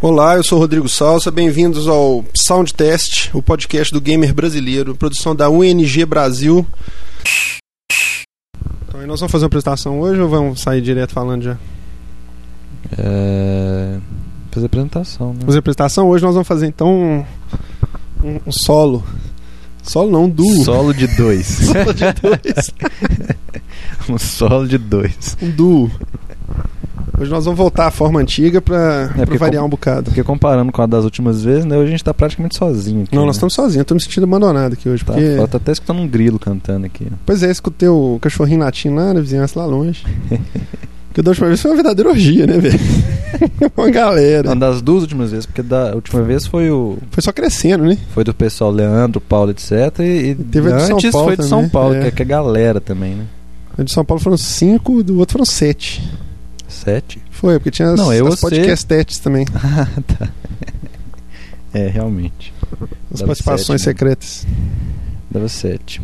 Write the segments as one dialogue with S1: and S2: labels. S1: Olá, eu sou Rodrigo Salsa, bem-vindos ao Soundtest, o podcast do gamer brasileiro, produção da UNG Brasil. Então, e nós vamos fazer uma apresentação hoje ou vamos sair direto falando já?
S2: É... Fazer apresentação, né?
S1: Fazer a apresentação hoje, nós vamos fazer então um, um- um solo. Solo não, um duo.
S2: Solo de dois.
S1: Solo de dois.
S2: um solo de dois.
S1: um duo. Hoje nós vamos voltar à forma antiga pra, pra
S2: É, porque
S1: variar
S2: com-
S1: um bocado.
S2: Porque comparando com a das últimas vezes, né? Hoje a gente tá praticamente sozinho aqui,
S1: Não, nós
S2: né?
S1: estamos sozinhos, eu tô me sentindo abandonado aqui hoje.
S2: Tá,
S1: porque...
S2: tá até escutando um grilo cantando aqui.
S1: Pois é, escutei o cachorrinho latindo lá na vizinhança, lá longe. que da última vez foi é uma verdadeira orgia, né, velho? uma galera.
S2: Uma das duas últimas vezes, porque da última vez foi o
S1: Foi só crescendo, né?
S2: foi do pessoal Leandro, Paulo, etc. E, e
S1: Teve a de São
S2: antes
S1: Paulo
S2: foi de São
S1: também,
S2: Paulo,
S1: é.
S2: que, é, que é galera também, né?
S1: O de São Paulo foram cinco, do outro foram sete.
S2: Sete?
S1: Foi, porque tinha as,
S2: Não, eu
S1: as
S2: sei.
S1: podcastetes também.
S2: Ah, tá. É, realmente.
S1: As
S2: Dava
S1: participações
S2: sete, né?
S1: secretas.
S2: Dava sete.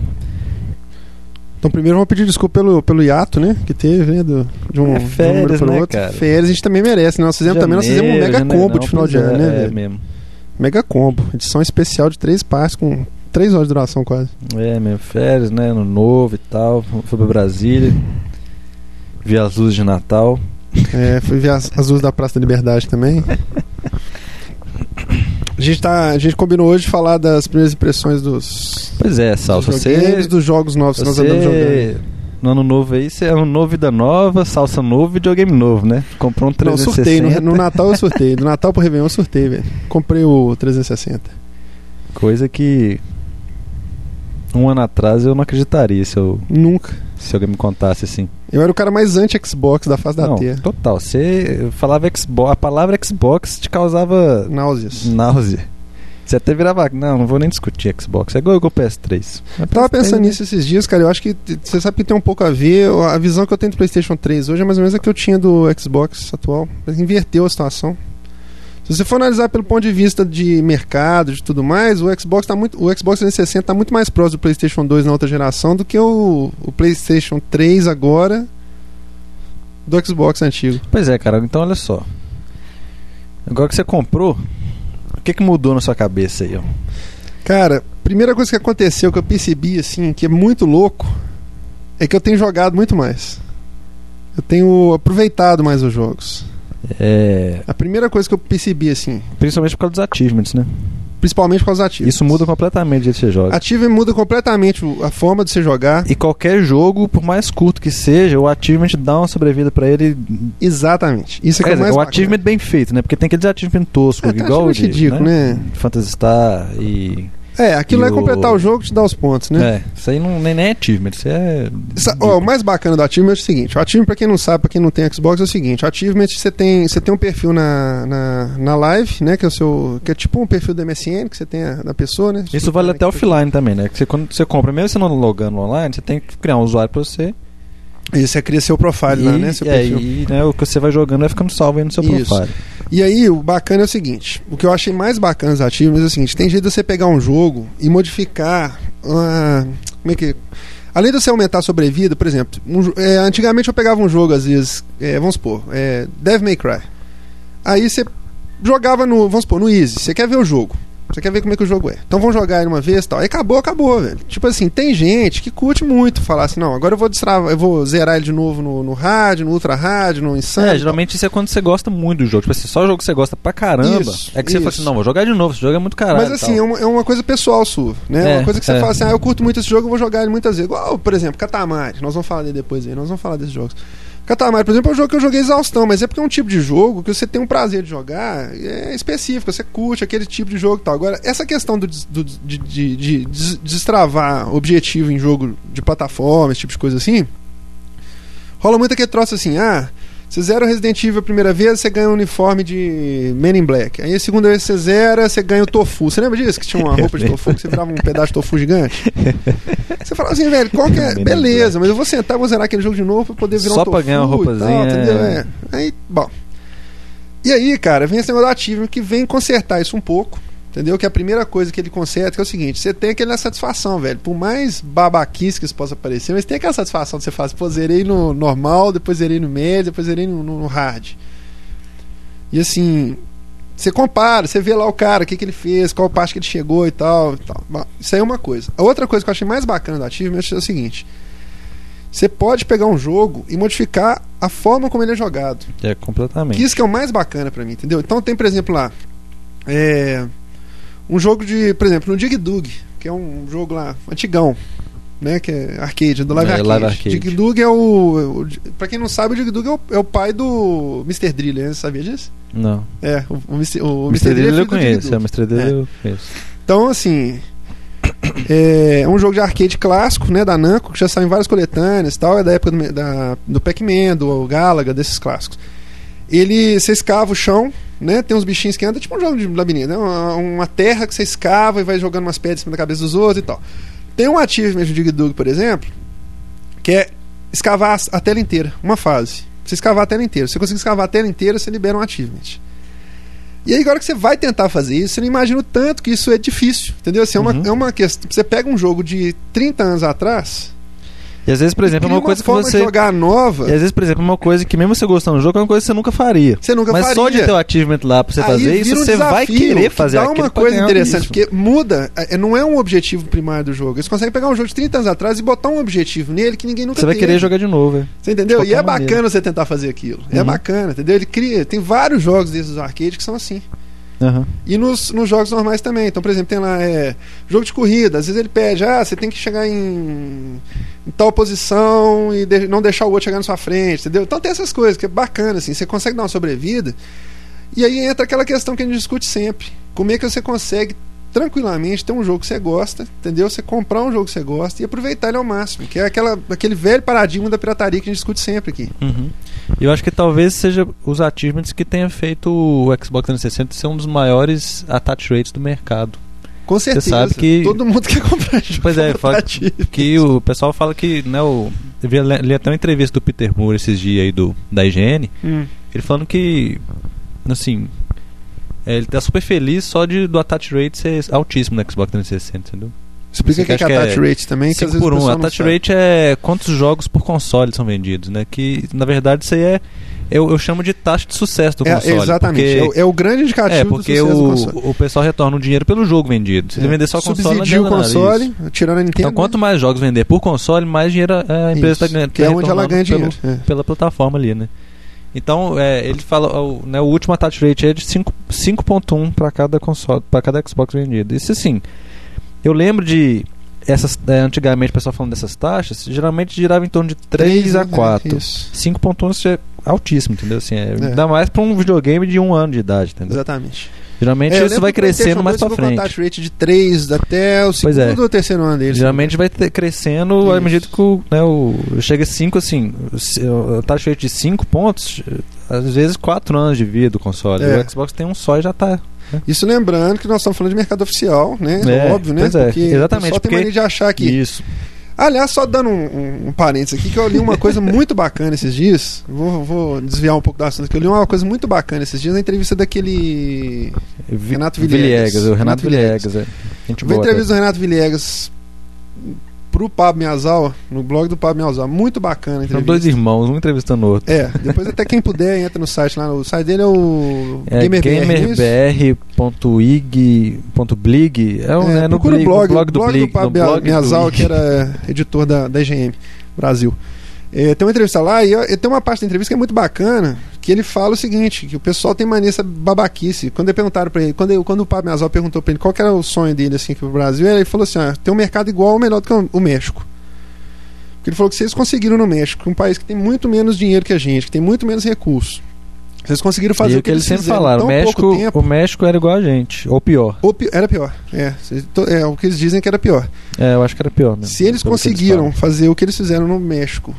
S1: Então, primeiro vamos pedir desculpa pelo, pelo hiato, né? Que teve, né? Do, de um,
S2: É,
S1: de um
S2: férias,
S1: número para
S2: né,
S1: outro.
S2: cara?
S1: Férias a gente também merece, né? Nós fizemos também, nós fizemos um
S2: Janeiro,
S1: mega combo
S2: janeirão,
S1: de final de
S2: pois
S1: ano,
S2: é,
S1: né,
S2: É
S1: velho?
S2: mesmo.
S1: Mega combo. Edição especial de três partes com três horas de duração quase.
S2: É, minha férias, né? Ano novo e tal. Fui pra Brasília. Vi as luzes de Natal.
S1: É, fui ver as, as luzes da Praça da Liberdade também. A gente, tá, a gente combinou hoje de falar das primeiras impressões dos,
S2: Pois é, Sal,
S1: dos
S2: você.
S1: videogames, dos jogos novos que nós andamos jogando.
S2: você no ano novo aí, você é ano novo, vida nova, salsa novo, videogame novo, né? Comprou um
S1: Não,
S2: 360.
S1: surtei. No, no Natal eu surtei. Do Natal pro Réveillon eu surtei, velho. Comprei o 360.
S2: Coisa que. Um ano atrás eu não acreditaria se, eu,
S1: Nunca.
S2: se alguém me contasse assim.
S1: Eu era o cara mais anti-Xbox da face da
S2: não,
S1: Terra.
S2: total. Você falava Xbox. A palavra Xbox te causava
S1: Náuseas.
S2: Náusea. Você até virava. Não, não vou nem discutir Xbox. É igual eu com o PS3. Mas
S1: Tava
S2: PS3,
S1: pensando
S2: né?
S1: nisso esses dias, cara. Eu acho que t- você sabe que tem um pouco a ver. A visão que eu tenho do PlayStation 3 hoje é mais ou menos a que eu tinha do Xbox atual. Mas Inverteu a situação. Se você for analisar pelo ponto de vista de mercado, de tudo mais, o Xbox tá muito, o Xbox 360 está tá muito mais próximo do PlayStation 2 na outra geração do que o, o PlayStation 3 agora do Xbox antigo.
S2: Pois é, cara. Então olha só. Agora que você comprou, o que, que mudou na sua cabeça aí, ó?
S1: Cara, primeira coisa que aconteceu que eu percebi assim, que é muito louco, é que eu tenho jogado muito mais. Eu tenho aproveitado mais os jogos.
S2: É,
S1: A primeira coisa que eu percebi assim,
S2: principalmente por causa dos achievements, né?
S1: principalmente com os ativos.
S2: Isso muda completamente o jeito que você joga.
S1: Ative muda completamente o- a forma de você jogar.
S2: E qualquer jogo, por mais curto que seja, o achievement dá uma sobrevida pra ele.
S1: Exatamente. Isso é que
S2: Quer
S1: é o
S2: dizer,
S1: mais
S2: o
S1: bacana.
S2: achievement bem feito, né? Porque tem aqueles achievement tosco,
S1: É, tá
S2: igual o
S1: achievement
S2: de
S1: ridículo, né?
S2: Phantasy Star e.
S1: É, aquilo
S2: E
S1: é
S2: o-
S1: completar o jogo e te dar os pontos, né?
S2: É, isso aí não, nem, nem é achievement, isso é.
S1: Sa- ó, o mais bacana do Achievement é o seguinte: o Achievement, pra quem não sabe, pra quem não tem Xbox, é o seguinte: o Achievement você tem, você tem um perfil na, na, na live, né? Que é o seu. Que é tipo um perfil do MSN que você tem a- da pessoa, né?
S2: Isso vale até offline também, né? Que você, quando você compra, mesmo você não logando online, você tem que criar um usuário pra você.
S1: E você cria seu profile
S2: e,
S1: lá, né? Seu
S2: é,
S1: perfil.
S2: e né, o que você vai jogando vai ficando salvo aí no seu
S1: Isso.
S2: profile.
S1: E aí, o bacana é o seguinte: o que eu achei mais bacana dos ativos é o seguinte: tem jeito de você pegar um jogo e modificar. ah, como é que. Além de você aumentar a sobrevida, por exemplo, um jo- é, antigamente eu pegava um jogo, às vezes, é, vamos supor, é, Devil May Cry. Aí você jogava no, vamos supor, no Easy. Você quer ver o jogo. Você quer ver como é que o jogo é. Então vamos jogar ele uma vez e tal. Aí acabou, acabou, velho. Tipo assim, tem gente que curte muito falar assim, não, agora eu vou destravar, eu vou zerar ele de novo no, no rádio, no ultra rádio, no insano. e
S2: É,
S1: tal.
S2: geralmente isso é quando você gosta muito do jogo. Tipo assim, só jogo que você gosta pra caramba.
S1: Isso,
S2: é que você fala
S1: isso.
S2: assim, não, vou jogar de novo, esse jogo é muito
S1: Mas
S2: caralho. e
S1: assim, é
S2: tal.
S1: uma, é uma coisa pessoal sua, né? É
S2: É,
S1: uma coisa que você
S2: é.
S1: fala assim, ah, eu curto muito esse jogo, eu vou jogar ele muitas vezes. Igual, por exemplo, Catamari. Nós vamos falar dele depois aí, nós vamos falar desses jogos. Catamari, por exemplo, é um jogo que eu joguei exaustão, mas é porque é um tipo de jogo que você tem um prazer de jogar, é específico, você curte aquele tipo de jogo e tal. Agora, essa questão do, des- do- de, de- de des- destravar objetivo em jogo de plataforma, esse tipo de coisa assim, rola muito aquele troço assim, ah, você zera o Resident Evil a primeira vez, você ganha um uniforme de Men in Black. Aí a segunda vez você zera, você ganha o tofu. Você lembra disso? Que tinha uma roupa de tofu, que você virava um pedaço de tofu gigante? Você falava assim, velho, qual que é?
S2: Men in
S1: Beleza, mas eu vou sentar, vou zerar aquele jogo de novo pra poder virar
S2: Só
S1: um tofu.
S2: pra ganhar uma
S1: e tal,
S2: roupazinha,
S1: entendeu?
S2: é.
S1: É. Aí, bom. E aí, cara, vem esse negócio da Activision que vem consertar isso um pouco. Entendeu? Que a primeira coisa que ele conserta que é o seguinte: você tem aquela satisfação, velho. Por mais babaquice que isso possa parecer, mas tem aquela satisfação que você faz. Pô, zerei no normal, depois zerei no médio, depois zerei no, no hard. E assim, Você compara, você vê lá o cara, o que, que ele fez, qual parte que ele chegou e tal, e tal. Bom, Isso aí é uma coisa. A outra coisa que eu achei mais bacana do Achievement é o seguinte: você pode pegar um jogo e modificar a forma como ele é jogado.
S2: É, completamente.
S1: Que isso que é o mais bacana pra mim, entendeu? Então tem, por exemplo, lá. é, um jogo de. Por exemplo, no Dig Dug, que é um jogo lá, antigão. Né, que é arcade, é do Live
S2: É,
S1: Arcade.
S2: Live Arcade.
S1: Dig Dug é o, o. Pra quem não sabe, o Dig Dug é o, é o pai do Mr. Driller, né? você sabia disso?
S2: Não.
S1: É, o, o, Mr. o
S2: O Mr.
S1: Mr. Driller
S2: Dele
S1: é
S2: eu
S1: filho do Dig
S2: conheço,
S1: Dug.
S2: é, o Mr. Dele eu conheço.
S1: Então, assim. É é um jogo de arcade clássico, né? Da Namco, que já saiu em várias coletâneas e tal. É da época do, da- do Pac-Man, do Galaga, desses clássicos. Ele, você escava o chão, né? Tem uns bichinhos que andam, tipo um jogo de labirinto, né? Uma, uma terra que você escava e vai jogando umas pedras em cima da cabeça dos outros e tal. Tem um achievement do Dig Dug, por exemplo, que é escavar a- a tela inteira, uma fase. Você escavar a tela inteira. Se você conseguir escavar a tela inteira, você libera um achievement. E aí, agora que você vai tentar fazer isso, você não imagina o tanto que isso é difícil, entendeu? Assim, é, uma,
S2: Uhum.
S1: é uma questão. Você pega um jogo de 30 anos atrás,
S2: E às vezes, por exemplo, é
S1: cria
S2: uma coisa que
S1: forma de
S2: você.
S1: jogar nova,
S2: E às vezes, por exemplo, é uma coisa que mesmo você gostando do jogo, é uma coisa que você nunca faria.
S1: você nunca
S2: Mas
S1: faria.
S2: só de ter o achievement lá pra você
S1: Aí
S2: fazer
S1: vira
S2: isso,
S1: um
S2: você vai
S1: desafio,
S2: querer
S1: que
S2: fazer
S1: dá
S2: aquilo
S1: uma
S2: pra
S1: coisa
S2: ganhar
S1: interessante,
S2: isso.
S1: porque muda, é, não é um objetivo primário do jogo. Eles conseguem pegar um jogo de 30 anos atrás e botar um objetivo nele que ninguém nunca
S2: Você vai
S1: teve.
S2: querer jogar de novo, é.
S1: Você entendeu?
S2: de
S1: E é
S2: qualquer
S1: bacana você tentar fazer aquilo. É
S2: Uhum.
S1: bacana, entendeu? Ele cria. Tem vários jogos desses arcade que são assim.
S2: Aham.
S1: E nos, nos jogos normais também. Então, por exemplo, tem lá é, jogo de corrida. Às vezes ele pede, ah, você tem que chegar em, em tal posição e de- não deixar o outro chegar na sua frente, entendeu? Então tem essas coisas que é bacana, assim. Você consegue dar uma sobrevida. E aí entra aquela questão que a gente discute sempre. Como é que você consegue tranquilamente ter um jogo que você gosta, entendeu? Você comprar um jogo que você gosta e aproveitar ele ao máximo. Que é aquela, aquele velho paradigma da pirataria que a gente discute sempre aqui.
S2: Uhum. E eu acho que talvez seja os achievements que tenha feito o Xbox 360 ser um dos maiores attach rates do mercado.
S1: Com certeza.
S2: sabe que-
S1: Todo mundo quer comprar jogo.
S2: Pois é, fala-
S1: pirataria.
S2: Que o pessoal fala que, né, o, eu vi, li até uma entrevista do Peter Moore esses dias aí do, da IGN,
S1: Hum.
S2: ele falando que, assim, é, ele tá super feliz só de, do attach rate ser altíssimo no Xbox 360, entendeu?
S1: Explica o que,
S2: Acho
S1: que é
S2: que é
S1: attach rate também, que às
S2: 5
S1: vezes
S2: por
S1: o
S2: 1.
S1: pessoal não
S2: Attach
S1: sabe.
S2: rate é quantos jogos por console são vendidos, né? Que, na verdade, isso aí é... Eu, eu chamo de taxa de sucesso do
S1: É,
S2: console.
S1: exatamente,
S2: porque-
S1: é, o, é o grande indicativo
S2: É,
S1: do
S2: porque
S1: sucesso do
S2: o,
S1: console.
S2: o pessoal retorna o dinheiro pelo jogo vendido. Se ele
S1: É.
S2: vender só o console, não
S1: Subsidia o
S2: adianta nada,
S1: console,
S2: isso.
S1: tirando a Nintendo.
S2: Então, quanto mais jogos vender por console, mais dinheiro a a
S1: né?
S2: empresa
S1: Isso,
S2: está ganhando.
S1: Que
S2: tá
S1: é onde ela
S2: retornando
S1: ganha
S2: pelo-
S1: dinheiro. é.
S2: Pela plataforma ali, né? Então, é, ele fala, o, né, o último attach rate é de cinco- 5.1 para cada console, para cada Xbox vendido. Isso assim, eu lembro de essas, é, antigamente o pessoal falando dessas taxas, geralmente girava em torno de 3 a
S1: né?
S2: 4.
S1: Isso.
S2: 5.1 isso é altíssimo, entendeu? Assim, é,
S1: É.
S2: Ainda mais para um videogame de um ano de idade, entendeu?
S1: Exatamente.
S2: Geralmente
S1: É, eu
S2: isso
S1: lembro
S2: vai
S1: que o PlayStation
S2: crescendo mais
S1: 2
S2: pra
S1: ficou com
S2: frente.
S1: attach rate de 3 até o
S2: Pois é.
S1: segundo ou terceiro ano deles.
S2: Geralmente vai ter- crescendo à
S1: né? Isso.
S2: medida que o, né, o- chega 5, assim, se- a taxa de rate de 5 pontos, às vezes 4 anos de vida do console.
S1: É.
S2: O Xbox tem um só e já tá.
S1: Isso lembrando que nós estamos falando de mercado oficial, né?
S2: É,
S1: Óbvio, né?
S2: pois é,
S1: Porque
S2: exatamente,
S1: Só tem
S2: porque-
S1: mania de achar que
S2: Isso.
S1: Aliás, só dando um, um, um parênteses aqui, que eu li uma coisa muito bacana esses dias. Vou, vou desviar um pouco do assunto, que eu li uma coisa muito bacana esses dias na entrevista daquele.
S2: Vi-
S1: Renato Villegas.
S2: o Renato
S1: Renato Villegas.
S2: Villegas. é. Gente
S1: Uma
S2: boa.
S1: entrevista do Renato Villegas pro Pablo Miyazawa, no blog do Pablo Miyazawa. Muito bacana a
S2: São
S1: entrevista.
S2: dois irmãos, um entrevistando o outro.
S1: É, depois até quem puder entra no site lá. O site dele é o
S2: É
S1: GamerBR, não é isso?
S2: gamerbr.ig.blig é, um, né, no
S1: procura
S2: Blig,
S1: o blog,
S2: no blog do
S1: blog
S2: Blig,
S1: do Pablo
S2: no blog do
S1: Miyazawa,
S2: Ig.
S1: que era é, editor da, da IGM Brasil. É, tem uma entrevista lá e, ó, e tem uma parte da entrevista que é muito bacana, que ele fala o seguinte, que o pessoal tem mania essa babaquice. Quando perguntaram para ele, quando, eu- quando o Pablo Miyazawa perguntou para ele qual que era o sonho dele assim aqui pro Brasil, ele falou assim, ó, tem um mercado igual ou melhor do que o- o México. Porque ele falou que vocês conseguiram no México, um país que tem muito menos dinheiro que a gente, que tem muito menos recursos. Vocês conseguiram fazer
S2: E
S1: o que eles
S2: sempre
S1: fizeram em
S2: falaram, o
S1: tão
S2: México,
S1: pouco tempo.
S2: o México era igual a gente, ou pior.
S1: Ou pi- era pior. É, cês- to- é, o que eles dizem que era pior.
S2: É, eu acho que era pior mesmo.
S1: Se eles
S2: pelo que
S1: conseguiram
S2: falam.
S1: fazer o que eles fizeram no México,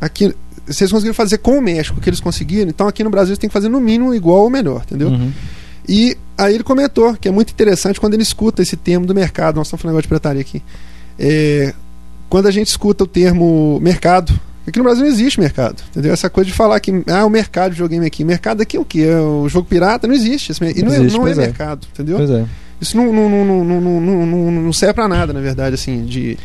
S1: aqui, se eles conseguiram fazer com o México o que eles conseguiram, então aqui no Brasil eles têm que fazer no mínimo igual ou melhor, entendeu?
S2: Uhum.
S1: E aí ele comentou que é muito interessante quando ele escuta esse termo do mercado. Nós estamos falando agora de pirataria aqui. É, quando a gente escuta o termo mercado, aqui no Brasil não existe mercado, entendeu? Essa coisa de falar que ah, o mercado de videogame aqui, mercado aqui é o quê? É o jogo pirata? Não existe. Esse mer- e não, é-
S2: Existe,
S1: não é,
S2: pois é.
S1: mercado, entendeu?
S2: Pois é.
S1: Isso não, não, não, não, não, não, não, não serve pra nada, na verdade, assim, de.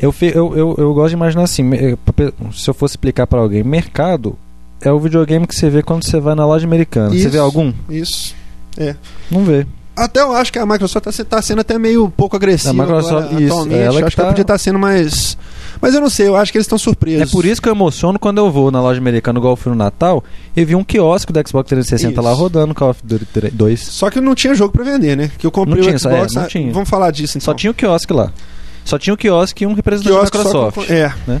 S2: Eu, fe- eu, eu, eu gosto de imaginar assim, me- eh, pra pe- se eu fosse explicar pra alguém, mercado é o videogame que você vê quando você vai na loja americana. Você
S1: Isso.
S2: vê algum?
S1: Isso. É.
S2: Não vê.
S1: Até eu acho que a Microsoft está sendo até meio um pouco agressiva
S2: A Microsoft-
S1: agora,
S2: isso,
S1: atualmente.
S2: ela
S1: Eu
S2: que
S1: acho que ela
S2: tá-
S1: podia estar sendo mais. Mas eu não sei, eu acho que eles estão surpresos.
S2: É por isso que eu emociono quando eu vou na loja americana, igual eu fui no Natal, e vi um quiosque do Xbox 360 lá
S1: Isso.
S2: rodando Call of Duty 3- 2.
S1: Só que não tinha jogo pra vender, né? Que eu comprei
S2: Não tinha,
S1: o
S2: só-
S1: Xbox.
S2: é, não
S1: ah,
S2: tinha.
S1: Vamos falar disso então.
S2: Só tinha o quiosque lá. Só tinha o quiosque e um representante
S1: Quiosque
S2: da
S1: só com-
S2: Microsoft.
S1: É.
S2: né?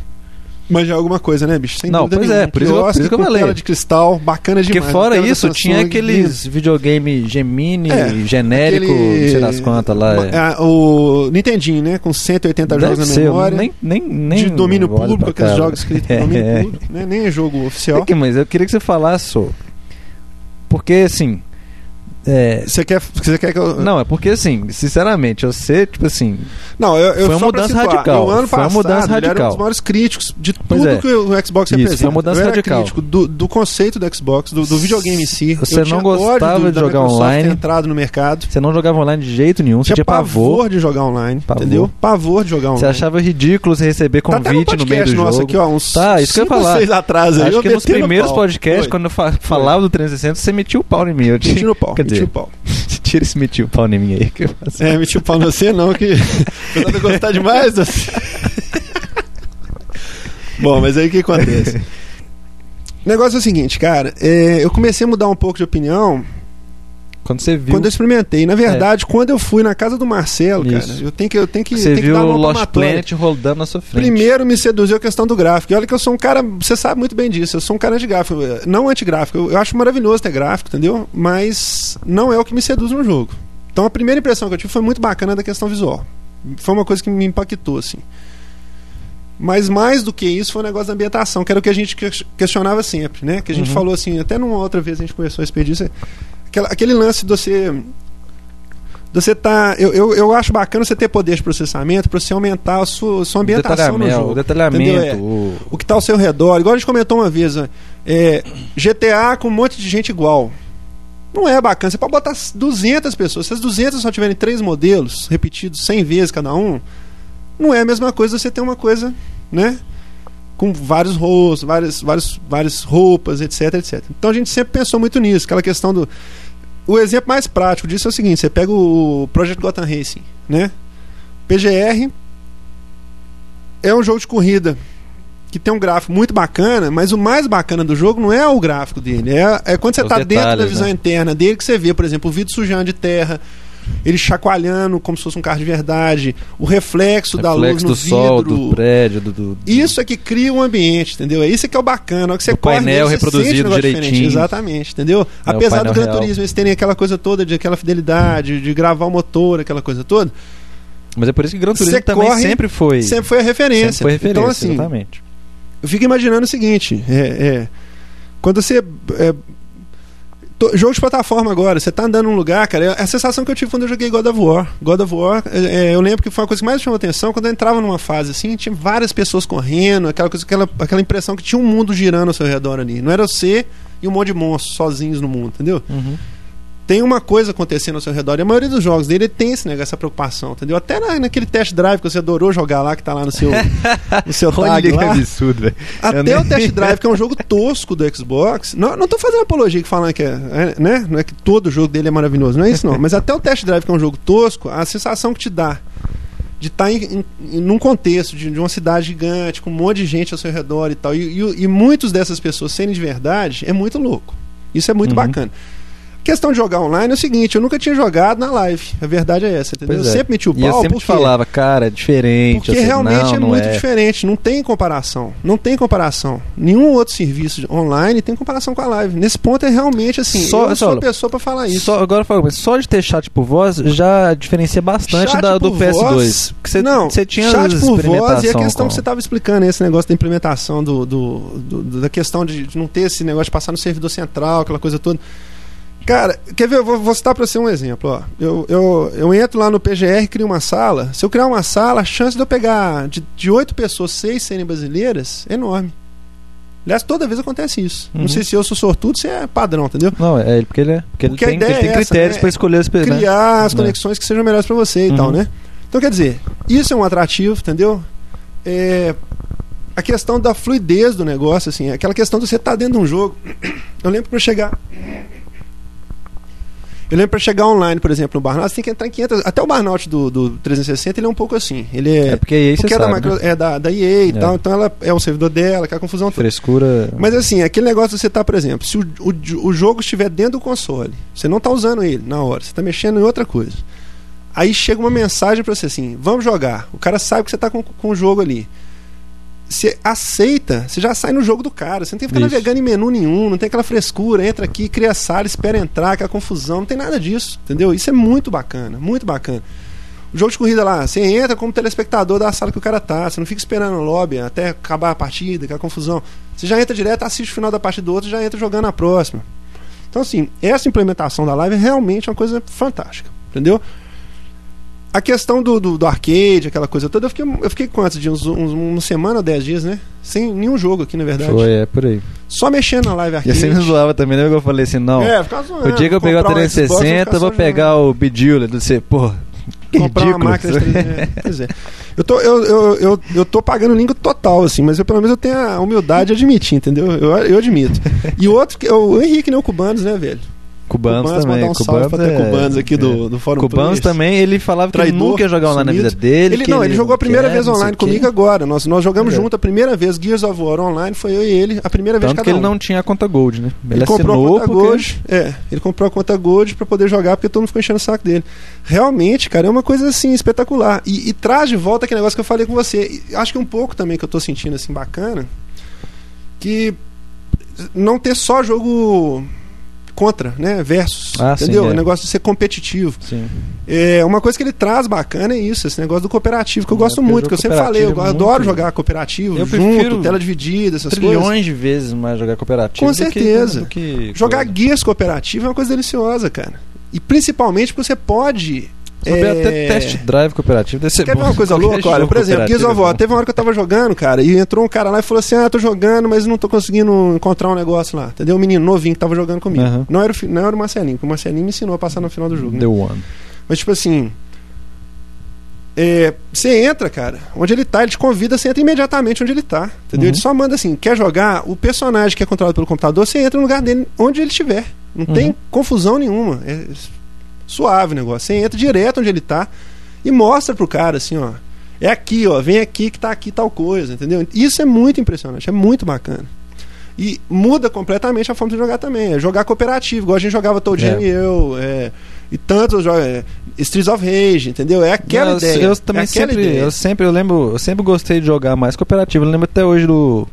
S1: Mas já é alguma coisa, né, bicho? Sem
S2: Não,
S1: dúvida
S2: pois
S1: nenhuma.
S2: é, por isso que eu- por
S1: Quiosque
S2: isso que eu
S1: com
S2: falei.
S1: tela de cristal, bacana
S2: Porque
S1: demais. né?
S2: fora
S1: tela da
S2: isso,
S1: Samsung,
S2: tinha aqueles videogame Gemini,
S1: É,
S2: genérico,
S1: aquele-
S2: não sei das quantas lá.
S1: Ma-
S2: é.
S1: ah, o Nintendinho, né? Com 180
S2: Deve
S1: jogos na
S2: ser, eu
S1: memória.
S2: nem, nem, nem
S1: de domínio
S2: olho pra
S1: público, aqueles
S2: cara.
S1: jogos escritos de domínio
S2: É.
S1: público, né? Nem é jogo oficial.
S2: Aqui, mas eu queria que você falasse, Sô, porque assim, é,
S1: Você quer, você quer que eu.
S2: não, é porque assim, sinceramente, você, tipo assim,
S1: Não, eu, eu
S2: Foi
S1: só
S2: uma
S1: pra
S2: mudança
S1: situar,
S2: radical.
S1: No ano
S2: Foi uma
S1: passado,
S2: mudança
S1: ele era um
S2: radical.
S1: dos maiores críticos de
S2: Pois
S1: tudo
S2: é.
S1: que o Xbox
S2: Isso,
S1: representa.
S2: foi uma mudança
S1: eu era
S2: radical.
S1: crítico do, do conceito do Xbox, do, do videogame em si.
S2: Você
S1: Eu
S2: não
S1: tinha
S2: gostava
S1: ódio do-
S2: de
S1: da
S2: jogar
S1: Microsoft
S2: online.
S1: ter entrado no mercado.
S2: você não jogava online de jeito nenhum, você tinha pavor,
S1: de jogar online,
S2: Pavor.
S1: entendeu? Pavor de jogar online.
S2: você achava ridículo você receber
S1: Tá até
S2: convite no meio do
S1: nosso
S2: jogo.
S1: aqui, ó, uns
S2: Tá, isso que eu ia
S1: cinco ou
S2: falar.
S1: seis atrás aí,
S2: Acho
S1: eu
S2: que nos
S1: metendo
S2: primeiros
S1: pau.
S2: podcasts,
S1: Foi.
S2: quando eu fa- falava do 360, você metia o pau em mim. Eu te...
S1: Meti no pau,
S2: Quer
S1: meti
S2: dizer,
S1: no pau.
S2: tira esse metia o pau em mim aí. Que eu faço.
S1: É, meti o pau em você não, que apesar de eu gostar demais do... Bom, mas aí o que acontece? O negócio é o seguinte, cara, é, eu comecei a mudar um pouco de opinião
S2: Quando você viu,
S1: quando eu experimentei. Na verdade, quando eu fui na casa do Marcelo,
S2: Isso.
S1: cara, eu tenho que, eu tenho que,
S2: você
S1: tenho que
S2: viu
S1: dar
S2: o
S1: uma
S2: Lost
S1: palmatória.
S2: Planet rodando na sua frente.
S1: Primeiro me seduziu a questão do gráfico. E olha que eu sou um cara, você sabe muito bem disso, eu sou um cara antigráfico, eh, não antigráfico. Eu, eu acho maravilhoso ter gráfico, entendeu? Mas não é o que me seduz no jogo. Então a primeira impressão que eu tive foi muito bacana da questão visual. Foi uma coisa que me impactou, assim. Mas mais do que isso foi o negócio da ambientação, que era o que a gente que- questionava sempre, né? Que a gente
S2: Uhum.
S1: falou assim, até numa outra vez a gente conversou a respeito disso. Aquela, aquele lance de você. de Você tá. Eu, eu, eu acho bacana você ter poder de processamento para você aumentar a sua, sua
S2: o
S1: ambientação no
S2: detalhamento, o
S1: jogo.
S2: detalhamento,
S1: entendeu? É.
S2: o-
S1: O que tá ao seu redor. Igual a gente comentou uma vez, né? É, GTA com um monte de gente igual. Não é bacana. Você pode botar 200 pessoas. Se as 200 só tiverem três modelos repetidos 100 vezes cada um, não é a mesma coisa você ter uma coisa, né? Com vários rostos, várias, várias, várias roupas, etc, etc. Então a gente sempre pensou muito nisso, aquela questão do. O exemplo mais prático disso é o seguinte: você pega o Project Gotham Racing, né? PGR é um jogo de corrida que tem um gráfico muito bacana, mas o mais bacana do jogo não é o gráfico dele, é, é quando você
S2: Os
S1: está dentro da
S2: detalhes,
S1: visão
S2: né?
S1: interna dele que você vê, por exemplo, o vidro sujando de terra, ele chacoalhando como se fosse um carro de verdade, o reflexo, da luz
S2: reflexo
S1: no
S2: do
S1: vidro.
S2: sol, do prédio, do, do-
S1: Isso é que cria um ambiente, entendeu? É isso que é o bacana. na hora que você
S2: Do
S1: corre,
S2: painel
S1: nele, você
S2: reproduzido
S1: sente um negócio
S2: direitinho.
S1: diferente. Exatamente, entendeu?
S2: É, o
S1: Apesar do
S2: painel
S1: Gran
S2: real.
S1: Turismo eles terem aquela coisa toda, de aquela fidelidade, de gravar o motor, aquela coisa toda,
S2: Mas é por isso que Gran Turismo
S1: Você
S2: também
S1: corre,
S2: sempre foi.
S1: sempre foi a referência.
S2: sempre foi referência,
S1: então, assim,
S2: exatamente.
S1: eu fico imaginando o seguinte: é, é, quando você. é, to- jogo de plataforma agora, você tá andando num lugar, cara, é a sensação que eu tive quando eu joguei God of War. God of War, é, é, eu lembro que foi uma coisa que mais me chamou atenção quando eu entrava numa fase assim, tinha várias pessoas correndo, aquela coisa, aquela, aquela impressão que tinha um mundo girando ao seu redor ali. Não era você e um monte de monstros sozinhos no mundo, entendeu?
S2: Uhum.
S1: tem uma coisa acontecendo ao seu redor. E a maioria dos jogos dele tem esse negócio, essa preocupação, entendeu? Até na- naquele test drive que você adorou jogar lá, que tá lá no seu, no seu tag lá.
S2: absurdo, velho. Eu
S1: Até
S2: nem-
S1: o test drive, que é um jogo tosco do Xbox. Não, não tô fazendo apologia que falando que é, é, né? Não é que todo jogo dele é maravilhoso, não é isso não. Mas até o test drive, que é um jogo tosco, a sensação que te dá de estar em, em- num contexto de, de uma cidade gigante, com um monte de gente ao seu redor e tal, e, e, o- e muitos dessas pessoas serem de verdade, é muito louco. Isso é muito
S2: Uhum.
S1: bacana. A questão de jogar online é o seguinte, eu nunca tinha jogado na live. A verdade é essa, entendeu?
S2: Pois
S1: Eu
S2: é.
S1: sempre meti o
S2: E eu
S1: pau,
S2: sempre
S1: por
S2: te
S1: quê?
S2: falava, cara, é diferente.
S1: Porque
S2: eu sei,
S1: realmente
S2: não,
S1: é
S2: não
S1: muito
S2: é.
S1: diferente, não tem comparação. Não tem comparação. Nenhum outro serviço online tem comparação com a live. Nesse ponto é realmente assim,
S2: Só-
S1: eu não
S2: só,
S1: sou a
S2: olha,
S1: pessoa pra falar é isso.
S2: Só, agora fala, mas só de ter chat por voz já diferencia bastante
S1: Chat
S2: da- do
S1: por
S2: PS2.
S1: voz-
S2: Que você,
S1: não,
S2: você tinha
S1: chat por voz e a questão
S2: experimentação com-
S1: que tá você estava explicando, esse negócio da implementação do, do- do- da questão de, de não ter esse negócio de passar no servidor central, aquela coisa toda. Cara, quer ver? Eu vou, vou citar para você um exemplo. Ó. Eu, eu, eu entro lá no PGR, crio uma sala. Se eu criar uma sala, a chance de eu pegar de de oito pessoas, seis serem brasileiras é enorme. Aliás, toda vez acontece isso.
S2: Uhum.
S1: Não sei se eu sou sortudo, se é padrão, entendeu?
S2: Não, é ele- porque ele, é, porque ele
S1: Porque a
S2: tem, ele
S1: ideia
S2: tem
S1: é essa,
S2: critérios
S1: né?
S2: pra escolher as pessoas. né?
S1: criar as
S2: Né.
S1: conexões que sejam melhores para você e
S2: Uhum.
S1: tal, né? Então, quer dizer, isso é um atrativo, entendeu? É, a questão da fluidez do negócio, assim, aquela questão de você estar dentro de um jogo. Eu lembro para chegar. Eu lembro pra chegar online, por exemplo, no Barnout, você tem que entrar em 500. Até o Barnout do, do 360 ele é um pouco assim. Ele é,
S2: É porque aí você
S1: porque é,
S2: sabe,
S1: da Micro-
S2: né?
S1: é da, da EA e
S2: É.
S1: tal, então ela é o servidor dela, aquela confusão toda.
S2: frescura.
S1: Mas assim, aquele negócio de você tá, por exemplo, se o, o, o jogo estiver dentro do console, você não tá usando ele na hora, você tá mexendo em outra coisa. Aí chega uma mensagem pra você assim: vamos jogar. O cara sabe que você tá com, com o jogo ali. Você aceita, você já sai no jogo do cara. Você não tem que ficar
S2: Isso.
S1: navegando em menu nenhum, não tem aquela frescura, entra aqui, cria sala, espera entrar, aquela confusão, não tem nada disso, entendeu? Isso é muito bacana, muito bacana. O jogo de corrida lá, você entra como telespectador da sala que o cara tá, você não fica esperando o lobby até acabar a partida, aquela confusão. Você já entra direto, assiste o final da partida do outro e já entra jogando a próxima. Então, assim, essa implementação da live é realmente uma coisa fantástica, entendeu? A questão do, do, do arcade, aquela coisa toda, eu fiquei, eu fiquei quantos dias? Uns, uns- uma semana, dez dias, né? Sem nenhum jogo aqui, na verdade.
S2: Foi, é por aí.
S1: Só mexendo na live
S2: E
S1: arcade.
S2: assim me zoava também, lembra que eu falei assim, não.
S1: É, ficava zoando.
S2: o dia que eu pegar o
S1: Comprar um
S2: 360,
S1: Xbox,
S2: eu vou
S1: ficar só
S2: pegar o Bidula, você, pô, que
S1: comprar
S2: ridículo.
S1: uma máquina de 3D. É, pois é. Eu tô, eu, eu, eu, eu tô pagando língua total, assim, mas eu pelo menos eu tenho a humildade de admitir, entendeu? Eu, eu admito. E o outro, que é o Henrique, né? O Cubanos, né, velho?
S2: Cubanos
S1: mandar
S2: também,
S1: um salve
S2: Cubanos,
S1: pra ter
S2: é-
S1: Cubanos aqui do, do Fórum
S2: Cubanos
S1: Players.
S2: também, ele falava que
S1: Traidor,
S2: nunca ia jogar online na
S1: sumido.
S2: vida dele.
S1: Ele,
S2: que é,
S1: não, ele jogou a primeira
S2: quer,
S1: vez
S2: não sei
S1: online
S2: o quê.
S1: comigo agora. Nós, nós jogamos
S2: Olha.
S1: junto a primeira vez, Gears of War online, foi eu e ele, a primeira vez
S2: Tanto
S1: cada
S2: que ele
S1: um.
S2: não tinha a conta Gold, né? Ele,
S1: Ele comprou
S2: assinou
S1: a conta
S2: porque...
S1: Gold. É, ele comprou a conta Gold pra poder jogar, porque todo mundo ficou enchendo o saco dele. Realmente, cara, é uma coisa assim, espetacular. E, e traz de volta aquele negócio que eu falei com você. E acho que um pouco também que eu tô sentindo assim, bacana, que não ter só jogo contra, né? Versus.
S2: Ah, sim,
S1: entendeu?
S2: é.
S1: O negócio de ser competitivo.
S2: Sim.
S1: É, uma coisa que ele traz bacana é isso, esse negócio do cooperativo, que eu
S2: É,
S1: gosto
S2: porque
S1: muito, que eu
S2: jogo
S1: sempre falei, eu
S2: cooperativo é
S1: adoro
S2: muito-
S1: jogar cooperativo,
S2: Eu
S1: junto,
S2: prefiro
S1: tela dividida, essas coisas.
S2: Trilhões de vezes mais jogar cooperativo.
S1: Com
S2: do que-
S1: certeza.
S2: do que
S1: Jogar
S2: coisa.
S1: guias cooperativos é uma coisa deliciosa, cara. E principalmente porque você pode.
S2: Saber
S1: é,
S2: até test drive cooperativo deve ser
S1: Quer ver
S2: bom.
S1: uma coisa
S2: Qualquer
S1: louca? Olha,
S2: jogo
S1: por exemplo, Gears
S2: cooperativo
S1: of
S2: é
S1: War.
S2: bom.
S1: Teve uma hora que eu tava jogando, cara, e entrou um cara lá e falou assim: Ah, tô jogando, mas não tô conseguindo encontrar um negócio lá. Entendeu? Um menino novinho que tava jogando comigo.
S2: Aham.
S1: Não, era o, fi- não era o Marcelinho, porque o Marcelinho me ensinou a passar no final do jogo. né?
S2: The One.
S1: Mas, tipo assim. é, você entra, cara, onde ele tá, ele te convida, você entra imediatamente onde ele tá. Entendeu?
S2: Uhum.
S1: Ele só manda assim: quer jogar? O personagem que é controlado pelo computador, você entra no lugar dele, onde ele estiver. Não
S2: Uhum.
S1: tem confusão nenhuma. É suave o negócio. Você entra direto onde ele tá e mostra pro cara assim, ó. É aqui, ó, vem aqui que tá aqui tal coisa, entendeu? Isso é muito impressionante, é muito bacana. E muda completamente a forma de jogar também. É jogar cooperativo, igual a gente jogava Toad
S2: É.
S1: e eu, é, e tantos jogos. É, Streets of Rage, entendeu? É aquela
S2: eu,
S1: ideia.
S2: eu também
S1: é aquela
S2: sempre,
S1: ideia.
S2: eu sempre, eu lembro, eu sempre gostei de jogar mais cooperativo. Eu lembro até hoje do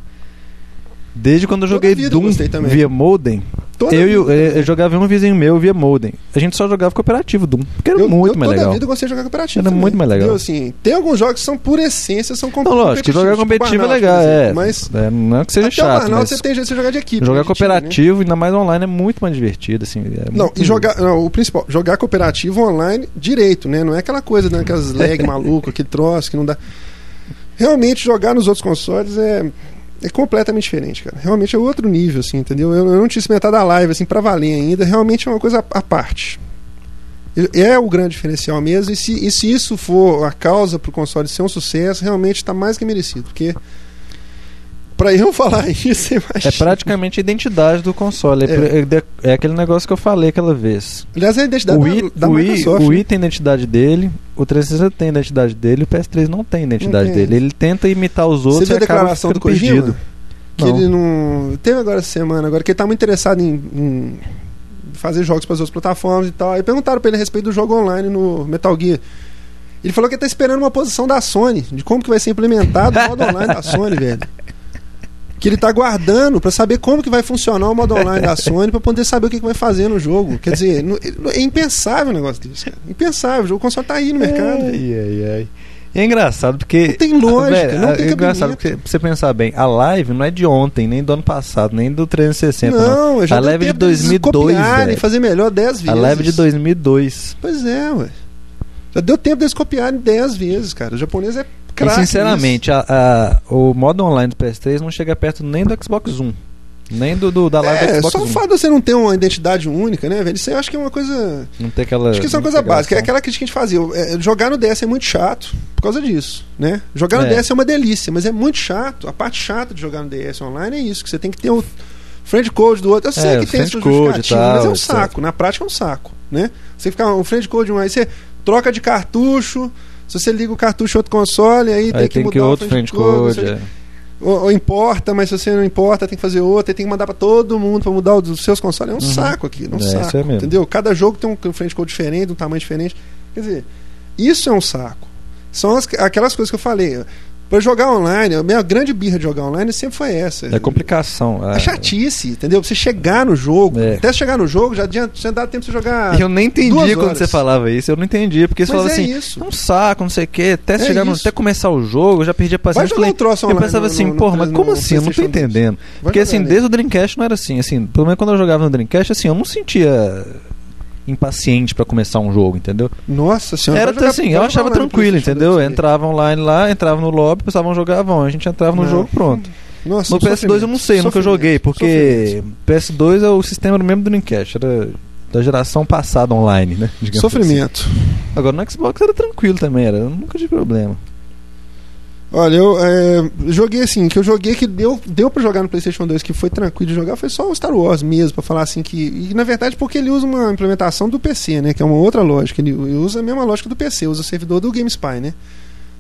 S2: Desde quando eu
S1: Toda
S2: joguei
S1: vida eu
S2: Doom
S1: gostei também.
S2: via Modem,
S1: Toda
S2: eu, e
S1: vida-
S2: o- eu, eu jogava um vizinho meu via Modem. A gente só jogava cooperativo Doom, porque era
S1: eu-
S2: muito
S1: eu
S2: mais
S1: toda
S2: legal.
S1: vida eu gostei de jogar cooperativo.
S2: Era
S1: também,
S2: muito mais legal.
S1: entendeu? Assim, tem alguns jogos que são, por essência, são
S2: Não,
S1: competitivos.
S2: Então, lógico, jogar
S1: tipo
S2: competitivo é
S1: Burnout,
S2: legal,
S1: por
S2: é.
S1: exemplo, Mas
S2: é, Não é que seja
S1: até o
S2: chato,
S1: Burnout
S2: mas
S1: você tem jeito de você jogar de equipe.
S2: jogar
S1: de time, né?
S2: cooperativo, ainda mais online, é muito mais divertido, assim. é
S1: Não,
S2: muito-
S1: e jogar, não, o principal, jogar cooperativo online direito, né? Não é aquela coisa, né? Aquelas lag maluco, aquele troço que não dá. Realmente jogar nos outros consoles é, é completamente diferente, cara. Realmente é outro nível, assim, entendeu? Eu, eu não tinha experimentado a live, assim, pra valer ainda. Realmente é uma coisa à à parte. E- É o grande diferencial mesmo. E se, e se isso for a causa pro console ser um sucesso, realmente tá mais que merecido. Porque pra eu falar isso, você
S2: É
S1: imagina.
S2: praticamente a identidade do console. É,
S1: É.
S2: pre- é- é aquele negócio que eu falei aquela vez.
S1: Aliás, é a identidade
S2: o
S1: da-
S2: Wii,
S1: da,
S2: o Wii-
S1: Microsoft.
S2: o
S1: né?
S2: Wii tem a identidade dele, o 360 tem a identidade dele, o PS3 não tem a identidade
S1: Não tem.
S2: dele. Ele tenta imitar os
S1: Você
S2: outros
S1: viu a
S2: e acaba
S1: declaração do
S2: ficando
S1: Kojima?
S2: perdido.
S1: Que
S2: Não.
S1: ele não. Teve agora essa semana, agora, que ele tá muito interessado em, em fazer jogos para as outras plataformas e tal. Aí perguntaram pra ele a respeito do jogo online no Metal Gear. Ele falou que ele tá esperando uma posição da Sony, de como que vai ser implementado o modo online da Sony, velho. Que ele tá guardando pra saber como que vai funcionar o modo online da Sony pra poder saber o que, que vai fazer no jogo. Quer dizer, não- é impensável um negócio desse, cara. Impensável. O console tá aí no mercado.
S2: Ai, ai, ai. E é engraçado porque.
S1: Não tem lógica,
S2: Velho,
S1: não tem
S2: é engraçado
S1: cabimento.
S2: porque, pra você pensar bem, a live não é de ontem, nem do ano passado, nem do 360. é Não,
S1: Não, eu já
S2: A
S1: deu
S2: live de
S1: tempo deles
S2: 2002,
S1: copiarem,
S2: velho.
S1: fazer melhor 10 vezes.
S2: A live é de 2002.
S1: Pois é, ué. Já deu tempo deles copiarem 10 vezes, cara. O japonês é
S2: E
S1: craque.
S2: sinceramente, a- a- o modo online do PS3 não chega perto nem do Xbox One. Nem do, do- da
S1: nisso.
S2: live do
S1: É,
S2: Xbox
S1: só
S2: um.
S1: o
S2: One.
S1: fato de você não ter uma identidade única, né, velho? Isso eu acho que é uma coisa.
S2: Não tem aquela.
S1: Acho que isso é uma
S2: não
S1: coisa
S2: tem aquela
S1: básica. É
S2: ação.
S1: aquela crítica que a gente fazia. É, jogar no DS é muito chato por causa disso, né? Jogar no
S2: É.
S1: DS é uma delícia, mas é muito chato. A parte chata de jogar no DS online é isso, que você tem que ter o friend code do outro. Eu sei
S2: É, o
S1: que tem esse
S2: friend code e
S1: justificativo,
S2: tal,
S1: mas é um
S2: etc.
S1: saco. Na prática é um saco. né? Você fica um friend code um aí você troca de cartucho, se você liga o cartucho em outro console, aí,
S2: Aí
S1: tem que
S2: tem
S1: mudar
S2: que
S1: o
S2: outro friend code.
S1: você-
S2: é.
S1: ou, ou importa, mas se você não importa, tem que fazer outro, aí tem que mandar pra todo mundo pra mudar os seus consoles. É um
S2: Uhum.
S1: saco aqui, é um
S2: É,
S1: saco.
S2: isso é mesmo.
S1: Entendeu? Cada jogo tem um frente code diferente, um tamanho diferente. Quer dizer, isso é um saco. São as- aquelas coisas que eu falei. Pra jogar online, a minha grande birra de jogar online sempre foi essa.
S2: É complicação.
S1: É chatice, entendeu? Pra você chegar no jogo,
S2: É.
S1: até chegar no jogo, já, adianta, já dá tempo de você jogar.
S2: Eu nem
S1: Duas
S2: entendi quando
S1: horas.
S2: você falava isso. Eu não entendi. Porque você
S1: Mas
S2: falava
S1: é
S2: assim,
S1: isso.
S2: é um saco, não sei o quê. Até,
S1: É
S2: chegar no-
S1: isso.
S2: até começar o jogo, eu já perdi a
S1: Vai
S2: paciência.
S1: jogar
S2: Eu falei-
S1: um troço
S2: eu
S1: online
S2: pensava
S1: no-
S2: assim,
S1: no-
S2: porra,
S1: no-
S2: mas
S1: no
S2: como assim? Eu não tô
S1: PlayStation dois. né?
S2: entendendo. Porque assim, desde o Dreamcast não era assim, assim, pelo menos quando eu jogava no Dreamcast, assim, eu não sentia impaciente pra começar um jogo, entendeu?
S1: Nossa senhora.
S2: era
S1: vai jogar-
S2: assim,
S1: vai
S2: eu
S1: jogar
S2: achava
S1: online no
S2: tranquilo,
S1: PlayStation
S2: entendeu?
S1: dois aí.
S2: Entrava online lá, entrava no lobby, pensavam jogar, vão, a gente entrava no
S1: Não.
S2: jogo, pronto.
S1: Nossa,
S2: No PS2 eu não sei, eu nunca
S1: sofrimento,
S2: joguei, porque
S1: sofrimento.
S2: PS2 é o sistema do mesmo do Dreamcast, era da geração passada online, né? digamos
S1: Sofrimento.
S2: assim. Agora no Xbox era tranquilo também, era, eu nunca tive problema.
S1: Olha, eu é, joguei assim, que eu joguei que deu, deu para jogar no PlayStation 2, que foi tranquilo de jogar, foi só o Star Wars mesmo, pra falar assim que. E na verdade, porque ele usa uma implementação do PC, né? Que é uma outra lógica. Ele ele usa a mesma lógica do PC, usa o servidor do GameSpy, né?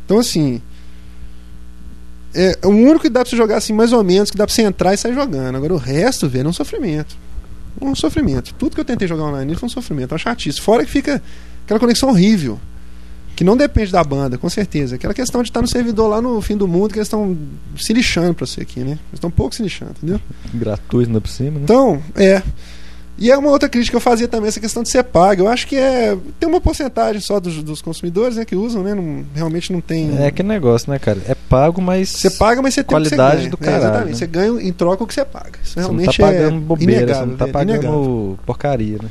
S1: Então, assim. É o único que dá pra você jogar assim, mais ou menos, que dá pra você entrar e sair jogando. Agora o resto, velho, é um sofrimento. Um sofrimento. Tudo que eu tentei jogar online foi um sofrimento, é uma chatice. Fora que fica aquela conexão horrível. Que não depende da banda, com certeza. Aquela questão de estar no servidor lá no fim do mundo, que eles estão se lixando pra você aqui, né? Eles estão um pouco se lixando, entendeu?
S2: Uhum. Gratuito ainda por cima, né?
S1: Então, é. E é uma outra crítica que eu fazia também, essa questão de ser pago. Eu acho que é. Tem uma porcentagem só dos, dos consumidores, né, que usam, né? Não- realmente não tem.
S2: É que negócio, né, cara? É pago, mas.
S1: assim, Você paga, mas você tem
S2: Qualidade
S1: o
S2: do
S1: que você ganha. É,
S2: caralho,
S1: exatamente.
S2: né?
S1: Você ganha em troca o que você paga. Isso
S2: Você não
S1: realmente
S2: tá pagando
S1: é
S2: bobeira, você
S1: inegável,
S2: não tá
S1: velho, inegável.
S2: pagando porcaria, né?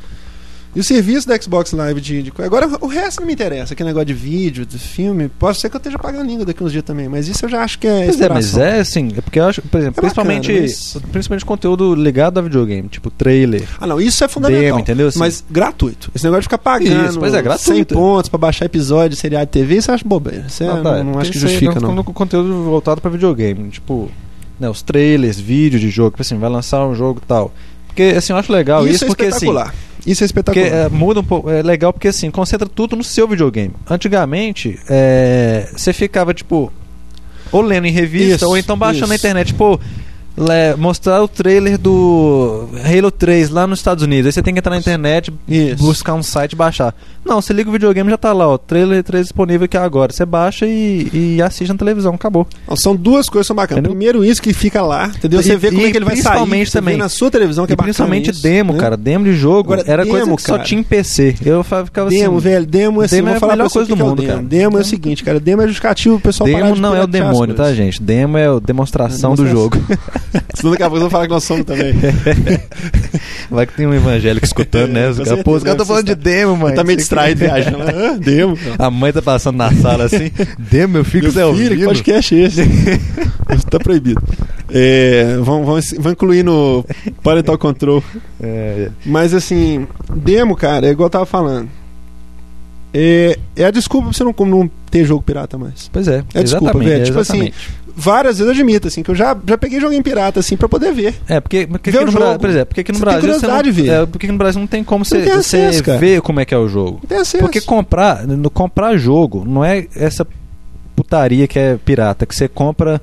S1: E o serviço da Xbox Live de, de- Agora o resto não me interessa, aquele negócio de vídeo, de filme. Pode ser que eu esteja pagando língua daqui uns dias também, mas isso eu já acho que é.
S2: Pois é, mas
S1: exploração.
S2: é assim, é porque eu acho, por exemplo,
S1: É bacana,
S2: principalmente,
S1: mas-
S2: principalmente conteúdo ligado a videogame, tipo trailer.
S1: Ah, não, isso é fundamental.
S2: Demo, entendeu? Assim,
S1: Mas gratuito. Esse negócio de ficar pagando
S2: Isso, pois é, gratuito.
S1: 100 pontos pra baixar episódio de seriado de TV, isso eu acho bobeira. Isso eu
S2: ah,
S1: não,
S2: tá,
S1: não acho
S2: porque
S1: que
S2: isso aí
S1: justifica,
S2: tá
S1: não.
S2: falando com conteúdo voltado pra videogame, tipo, né, os trailers, vídeo de jogo, tipo assim, vai lançar um jogo e tal. Porque assim, eu acho legal isso,
S1: é
S2: porque assim,
S1: espetacular. isso é
S2: Porque
S1: espetacular.
S2: é, muda um pouco. É legal porque assim, concentra tudo no seu videogame. Antigamente, é, você ficava, tipo, ou lendo em revista,
S1: Isso,
S2: ou então baixando na
S1: isso.
S2: internet, tipo. le- mostrar o trailer do Halo 3 lá nos Estados Unidos. Aí você tem que entrar na internet,
S1: Isso.
S2: buscar um site e baixar. Não, você liga o videogame já tá lá, ó. Trailer 3 disponível aqui agora. Você baixa e, e assiste na televisão, acabou.
S1: Não, São duas coisas que são bacanas.
S2: Entendeu?
S1: Primeiro, isso que fica lá, entendeu? Você
S2: E-
S1: vê como
S2: e
S1: é que ele vai sair.
S2: principalmente
S1: você vê
S2: também-
S1: na sua televisão, que
S2: E
S1: é bacana.
S2: principalmente
S1: isso,
S2: demo,
S1: né?
S2: cara. Demo de jogo
S1: Agora,
S2: era coisa
S1: demo,
S2: que só
S1: cara.
S2: tinha em PC. Eu fa- ficava
S1: Demo,
S2: assim.
S1: velho, demo é assim,
S2: demo
S1: eu
S2: é
S1: vou
S2: a
S1: falar pra
S2: melhor
S1: você
S2: coisa
S1: o que que
S2: do
S1: é o
S2: mundo,
S1: demo.
S2: cara.
S1: Demo é o
S2: Demo-
S1: seguinte, cara, demo é justificativo pro pessoal parar
S2: Demo
S1: de
S2: não é o
S1: piratear as
S2: demônio, tá,
S1: coisas.
S2: gente? Demo é a demonstração do jogo.
S1: Demonstração. Senão daqui a pouco eu vou falar que nós somos também.
S2: Vai que tem um evangélico escutando, né? Os
S1: Com
S2: caras, pô, os
S1: certeza,
S2: caras
S1: deve
S2: estão falando de demo, mãe.
S1: tá meio
S2: Não sei o
S1: distraído
S2: quê.
S1: viajando. Ah, demo.
S2: A mãe tá passando na sala assim. Demo, meu filho,
S1: Meu
S2: que você é
S1: filho, que
S2: ouvindo.
S1: podcast é esse? tá proibido. É, vamos, vamos, vamos incluir no Parental Control.
S2: É,
S1: Mas assim, demo, cara, é igual eu tava falando. É, é a desculpa pra você não, não ter jogo pirata mais.
S2: Pois é,
S1: É, desculpa,
S2: exatamente,
S1: velho,
S2: é,
S1: tipo assim,
S2: exatamente.
S1: Várias vezes eu admito, assim, que eu já, já peguei jogo em pirata, assim, pra poder ver.
S2: É, porque, porque
S1: Vê
S2: aqui
S1: o
S2: no
S1: jogo.
S2: Brasil, por exemplo, porque aqui no
S1: Você tem
S2: Brasil
S1: curiosidade de
S2: você
S1: ver.
S2: não, é, porque aqui no Brasil não tem como
S1: Você
S2: você,
S1: não tem acesso,
S2: você
S1: cara.
S2: ver como é que é o jogo.
S1: Não tem acesso.
S2: Porque comprar, no comprar jogo, não é essa putaria que é pirata, que você compra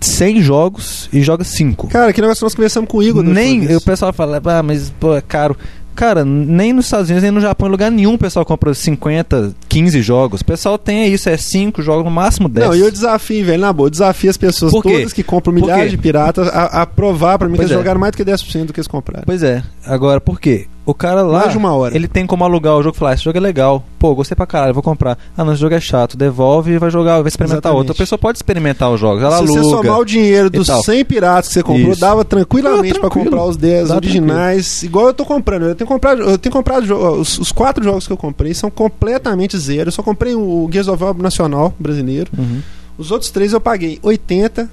S2: 100 jogos e joga 5.
S1: Cara, que negócio que nós conversamos com o Igor. né? da última
S2: Nem,
S1: vez.
S2: o pessoal fala, ah, mas pô, é caro. Cara, nem nos Estados Unidos, nem no Japão, em lugar nenhum o pessoal compra 50, 15 jogos. O pessoal tem isso, é 5 jogos, no máximo 10.
S1: Não, e eu desafio, velho, na boa, eu desafio as pessoas
S2: Por quê?
S1: todas que compram
S2: Por
S1: milhares
S2: quê?
S1: de piratas a, a provar pra mim que
S2: Pois
S1: eles
S2: é.
S1: jogaram mais do que 10% do que eles compraram.
S2: Pois é, agora por quê? O cara lá,
S1: mais de uma hora.
S2: ele tem como alugar o jogo e falar, ah, esse jogo é legal, pô, gostei pra caralho, vou comprar. Ah, não, esse jogo é chato, devolve e vai jogar, vai experimentar
S1: Exatamente.
S2: outro. A pessoa pode experimentar os jogos, ela
S1: Se você
S2: aluga.
S1: somar o dinheiro dos
S2: e tal.
S1: 100 piratas que você comprou,
S2: Isso.
S1: dava tranquilamente
S2: Ah,
S1: pra
S2: tranquilo.
S1: comprar os 10
S2: Dá
S1: originais. Igual eu tô comprando. Eu tenho comprado, eu tenho comprado jo- os, os quatro jogos que eu comprei são completamente zero. Eu só comprei o Gears of War Nacional brasileiro.
S2: Uhum.
S1: Os outros três eu paguei 80,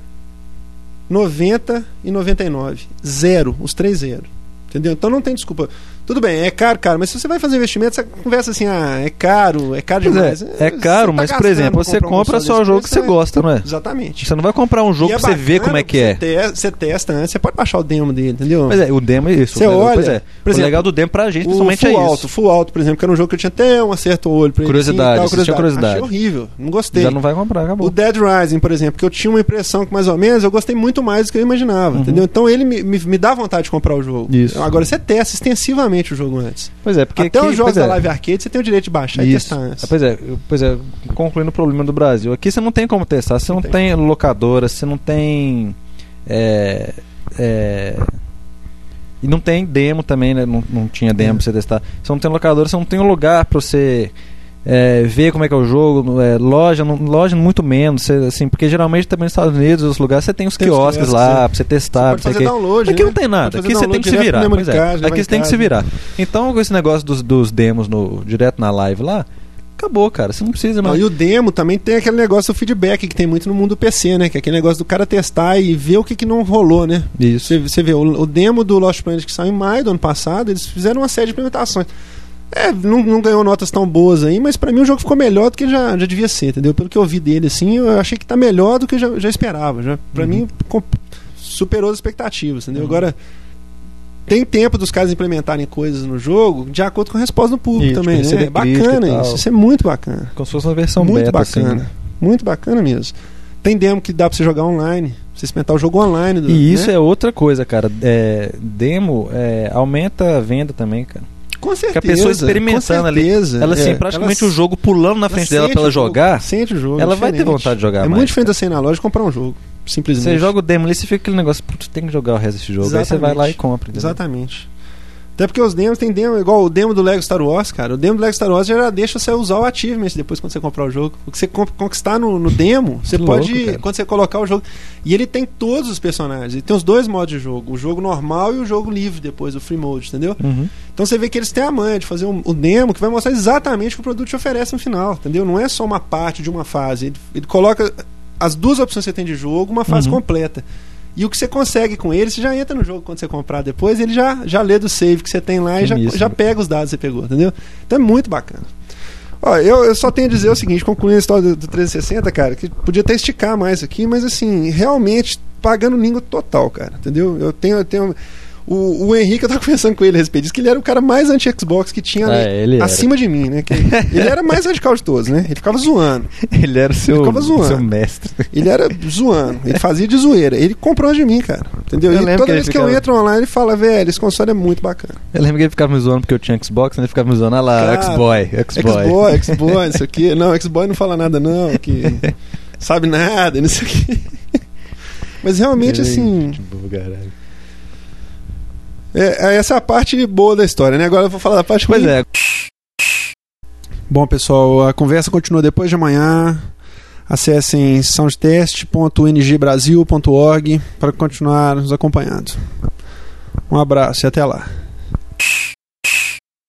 S1: 90 e 99. Zero. Os três zero. Entendeu? Então não tem desculpa. Tudo bem, é caro, cara, mas se você vai fazer investimento, você conversa assim, ah, é caro, é caro
S2: Pois
S1: demais.
S2: é, é caro,
S1: Você tá
S2: mas, por
S1: gastando
S2: exemplo,
S1: pra
S2: você
S1: comprar um
S2: compra
S1: console
S2: só
S1: desse
S2: jogo
S1: preço,
S2: que você
S1: né?
S2: gosta, não é?
S1: Exatamente.
S2: Você não vai comprar um jogo
S1: E
S2: pra você ver
S1: bacana
S2: como é que
S1: você
S2: é.
S1: te- Você testa antes, você pode baixar o demo dele, entendeu?
S2: Mas é, o demo é isso.
S1: Você
S2: o legal,
S1: olha,
S2: pois é.
S1: por
S2: o
S1: exemplo,
S2: legal do demo pra gente,
S1: o
S2: principalmente,
S1: full
S2: é isso.
S1: alto, full alto, por exemplo, que era um jogo que eu tinha até um acerto olho pra ele, assim, e
S2: Curiosidade,
S1: tal,
S2: você tinha curiosidade.
S1: Achei horrível, não gostei.
S2: Já não vai comprar,
S1: O
S2: acabou.
S1: Dead Rising, por exemplo, que eu tinha uma impressão que mais ou menos eu gostei muito mais do que eu imaginava,
S2: Uhum.
S1: entendeu? Então ele me, me, me dá vontade de comprar o jogo.
S2: Isso.
S1: Agora você testa extensivamente o jogo antes.
S2: Pois é, porque
S1: Até
S2: quem-
S1: os jogos
S2: pois é.
S1: da Live Arcade você tem o direito de baixar e
S2: Isso.
S1: testar antes.
S2: Pois é, eu- pois é, concluindo o problema do Brasil. Aqui você não tem como testar, você não,
S1: tem.
S2: tem. locadora, você não tem. É, é, e não tem demo também, né? Não, não tinha demo
S1: É.
S2: pra você testar. Você não tem locadora, você não tem um lugar pra você. é, ver como é que é o jogo, é, loja, não- loja muito menos, você- assim, porque geralmente também nos Estados Unidos, os lugares, você tem os
S1: Tem os
S2: quiosques
S1: quiosques,
S2: lá
S1: é.
S2: pra você testar,
S1: pode
S2: pra você
S1: fazer download,
S2: Aqui
S1: né?
S2: não tem nada,
S1: Pode
S2: aqui
S1: fazer
S2: você tem
S1: download
S2: que se
S1: direto
S2: virar.
S1: no
S2: pois é.
S1: memory card,
S2: Aqui
S1: levar
S2: você tem
S1: em
S2: que se
S1: casa. né?
S2: virar. Então, com esse negócio dos, dos demos no, direto na live lá, acabou, cara. Você não precisa
S1: Não,
S2: mais.
S1: e o demo também tem aquele negócio do feedback que tem muito no mundo PC, né? Que é aquele negócio do cara testar e ver o que, que não rolou, né?
S2: Isso.
S1: Você, você vê, o, o demo do Lost Planet que saiu em maio do ano passado, eles fizeram uma série de implementações. É, não, não ganhou notas tão boas aí, mas pra mim o jogo ficou melhor do que já, já devia ser, entendeu? Pelo que eu vi dele, assim, eu achei que tá melhor do que eu já, já esperava. Já, pra
S2: Uhum.
S1: mim, com- superou as expectativas, entendeu?
S2: Uhum.
S1: Agora, tem tempo dos caras implementarem coisas no jogo de acordo com a resposta do público
S2: Isso,
S1: também,
S2: receber
S1: né? É
S2: crítica e
S1: bacana
S2: tal.
S1: isso, isso é muito bacana.
S2: Como se fosse uma versão
S1: Muito
S2: beta,
S1: bacana.
S2: assim.
S1: Muito bacana mesmo. Tem demo que dá pra você jogar online, pra você experimentar o jogo online. do-
S2: E isso
S1: né?
S2: é outra coisa, cara. É, demo é, aumenta a venda também, cara.
S1: com certeza, é.
S2: a pessoa experimentando ali, Ela, assim, praticamente o jogo pulando na frente dela pra ela jogar,
S1: sente o jogo,
S2: ela
S1: é
S2: vai ter
S1: diferente.
S2: vontade de jogar
S1: É
S2: mais. né?
S1: muito diferente assim na loja de comprar um jogo, simplesmente.
S2: Você joga o demo ali, você fica aquele negócio, putz, tem que jogar o resto desse jogo. Aí você vai
S1: Exatamente.
S2: lá e compra. entendeu?
S1: Exatamente. Até porque os demos tem demo, igual o demo do Lego Star Wars, cara. O demo do Lego Star Wars já deixa você usar o achievement depois quando você comprar o jogo. O que você comp- conquistar no, no demo, você
S2: Que
S1: pode.
S2: louco, cara.
S1: quando você colocar o jogo. E ele tem todos os personagens. Ele tem os dois modos de jogo: o jogo normal e o jogo livre depois, o free mode, entendeu?
S2: Uhum.
S1: Então você vê que eles têm a manha de fazer um, o demo que vai mostrar exatamente o que o produto te oferece no final, entendeu? Não é só uma parte de uma fase. Ele, ele coloca as duas opções que você tem de jogo, uma fase
S2: Uhum.
S1: completa. E o que você consegue com ele, você já entra no jogo quando você comprar depois, ele já, já lê do save que você tem lá e já,
S2: Isso.
S1: já pega os dados que você pegou, entendeu? Então é muito bacana. Ó, eu, eu só tenho a dizer o seguinte, concluindo a história do, do 360, cara, que podia até esticar mais aqui, mas assim, realmente pagando língua total, cara, entendeu? Eu tenho. Eu tenho o, o Henrique, eu tava conversando com ele a respeito disso, que ele era o cara mais anti-Xbox que tinha
S2: Ah,
S1: ali,
S2: é, ele era.
S1: acima de mim, né? Que ele era mais radical de todos, né? Ele ficava zoando.
S2: Ele era o seu,
S1: ficava zoando.
S2: seu mestre.
S1: Ele era zoando, ele fazia de zoeira. Ele comprou de mim, cara. Entendeu?
S2: Eu
S1: e toda
S2: lembro que ele
S1: vez que eu
S2: ficava-
S1: entro online, ele fala, velho, esse console é muito bacana.
S2: Eu lembro que ele ficava me zoando porque eu tinha Xbox, né? Ele ficava me zoando, ah lá,
S1: Cara,
S2: Xboy, Xboy.
S1: Xboy, Xboy, isso aqui. Não, Xboy não fala nada, não, que sabe nada, não sei o quê. Mas realmente, assim,
S2: Gente boa, caralho.
S1: é- é essa é a parte boa da história, né? Agora eu vou falar da parte
S2: Pois
S1: ruim.
S2: é,
S1: Bom, pessoal, a conversa continua depois de amanhã. Acessem soundtest.ngbrasil.org para continuar nos acompanhando. Um abraço e até lá.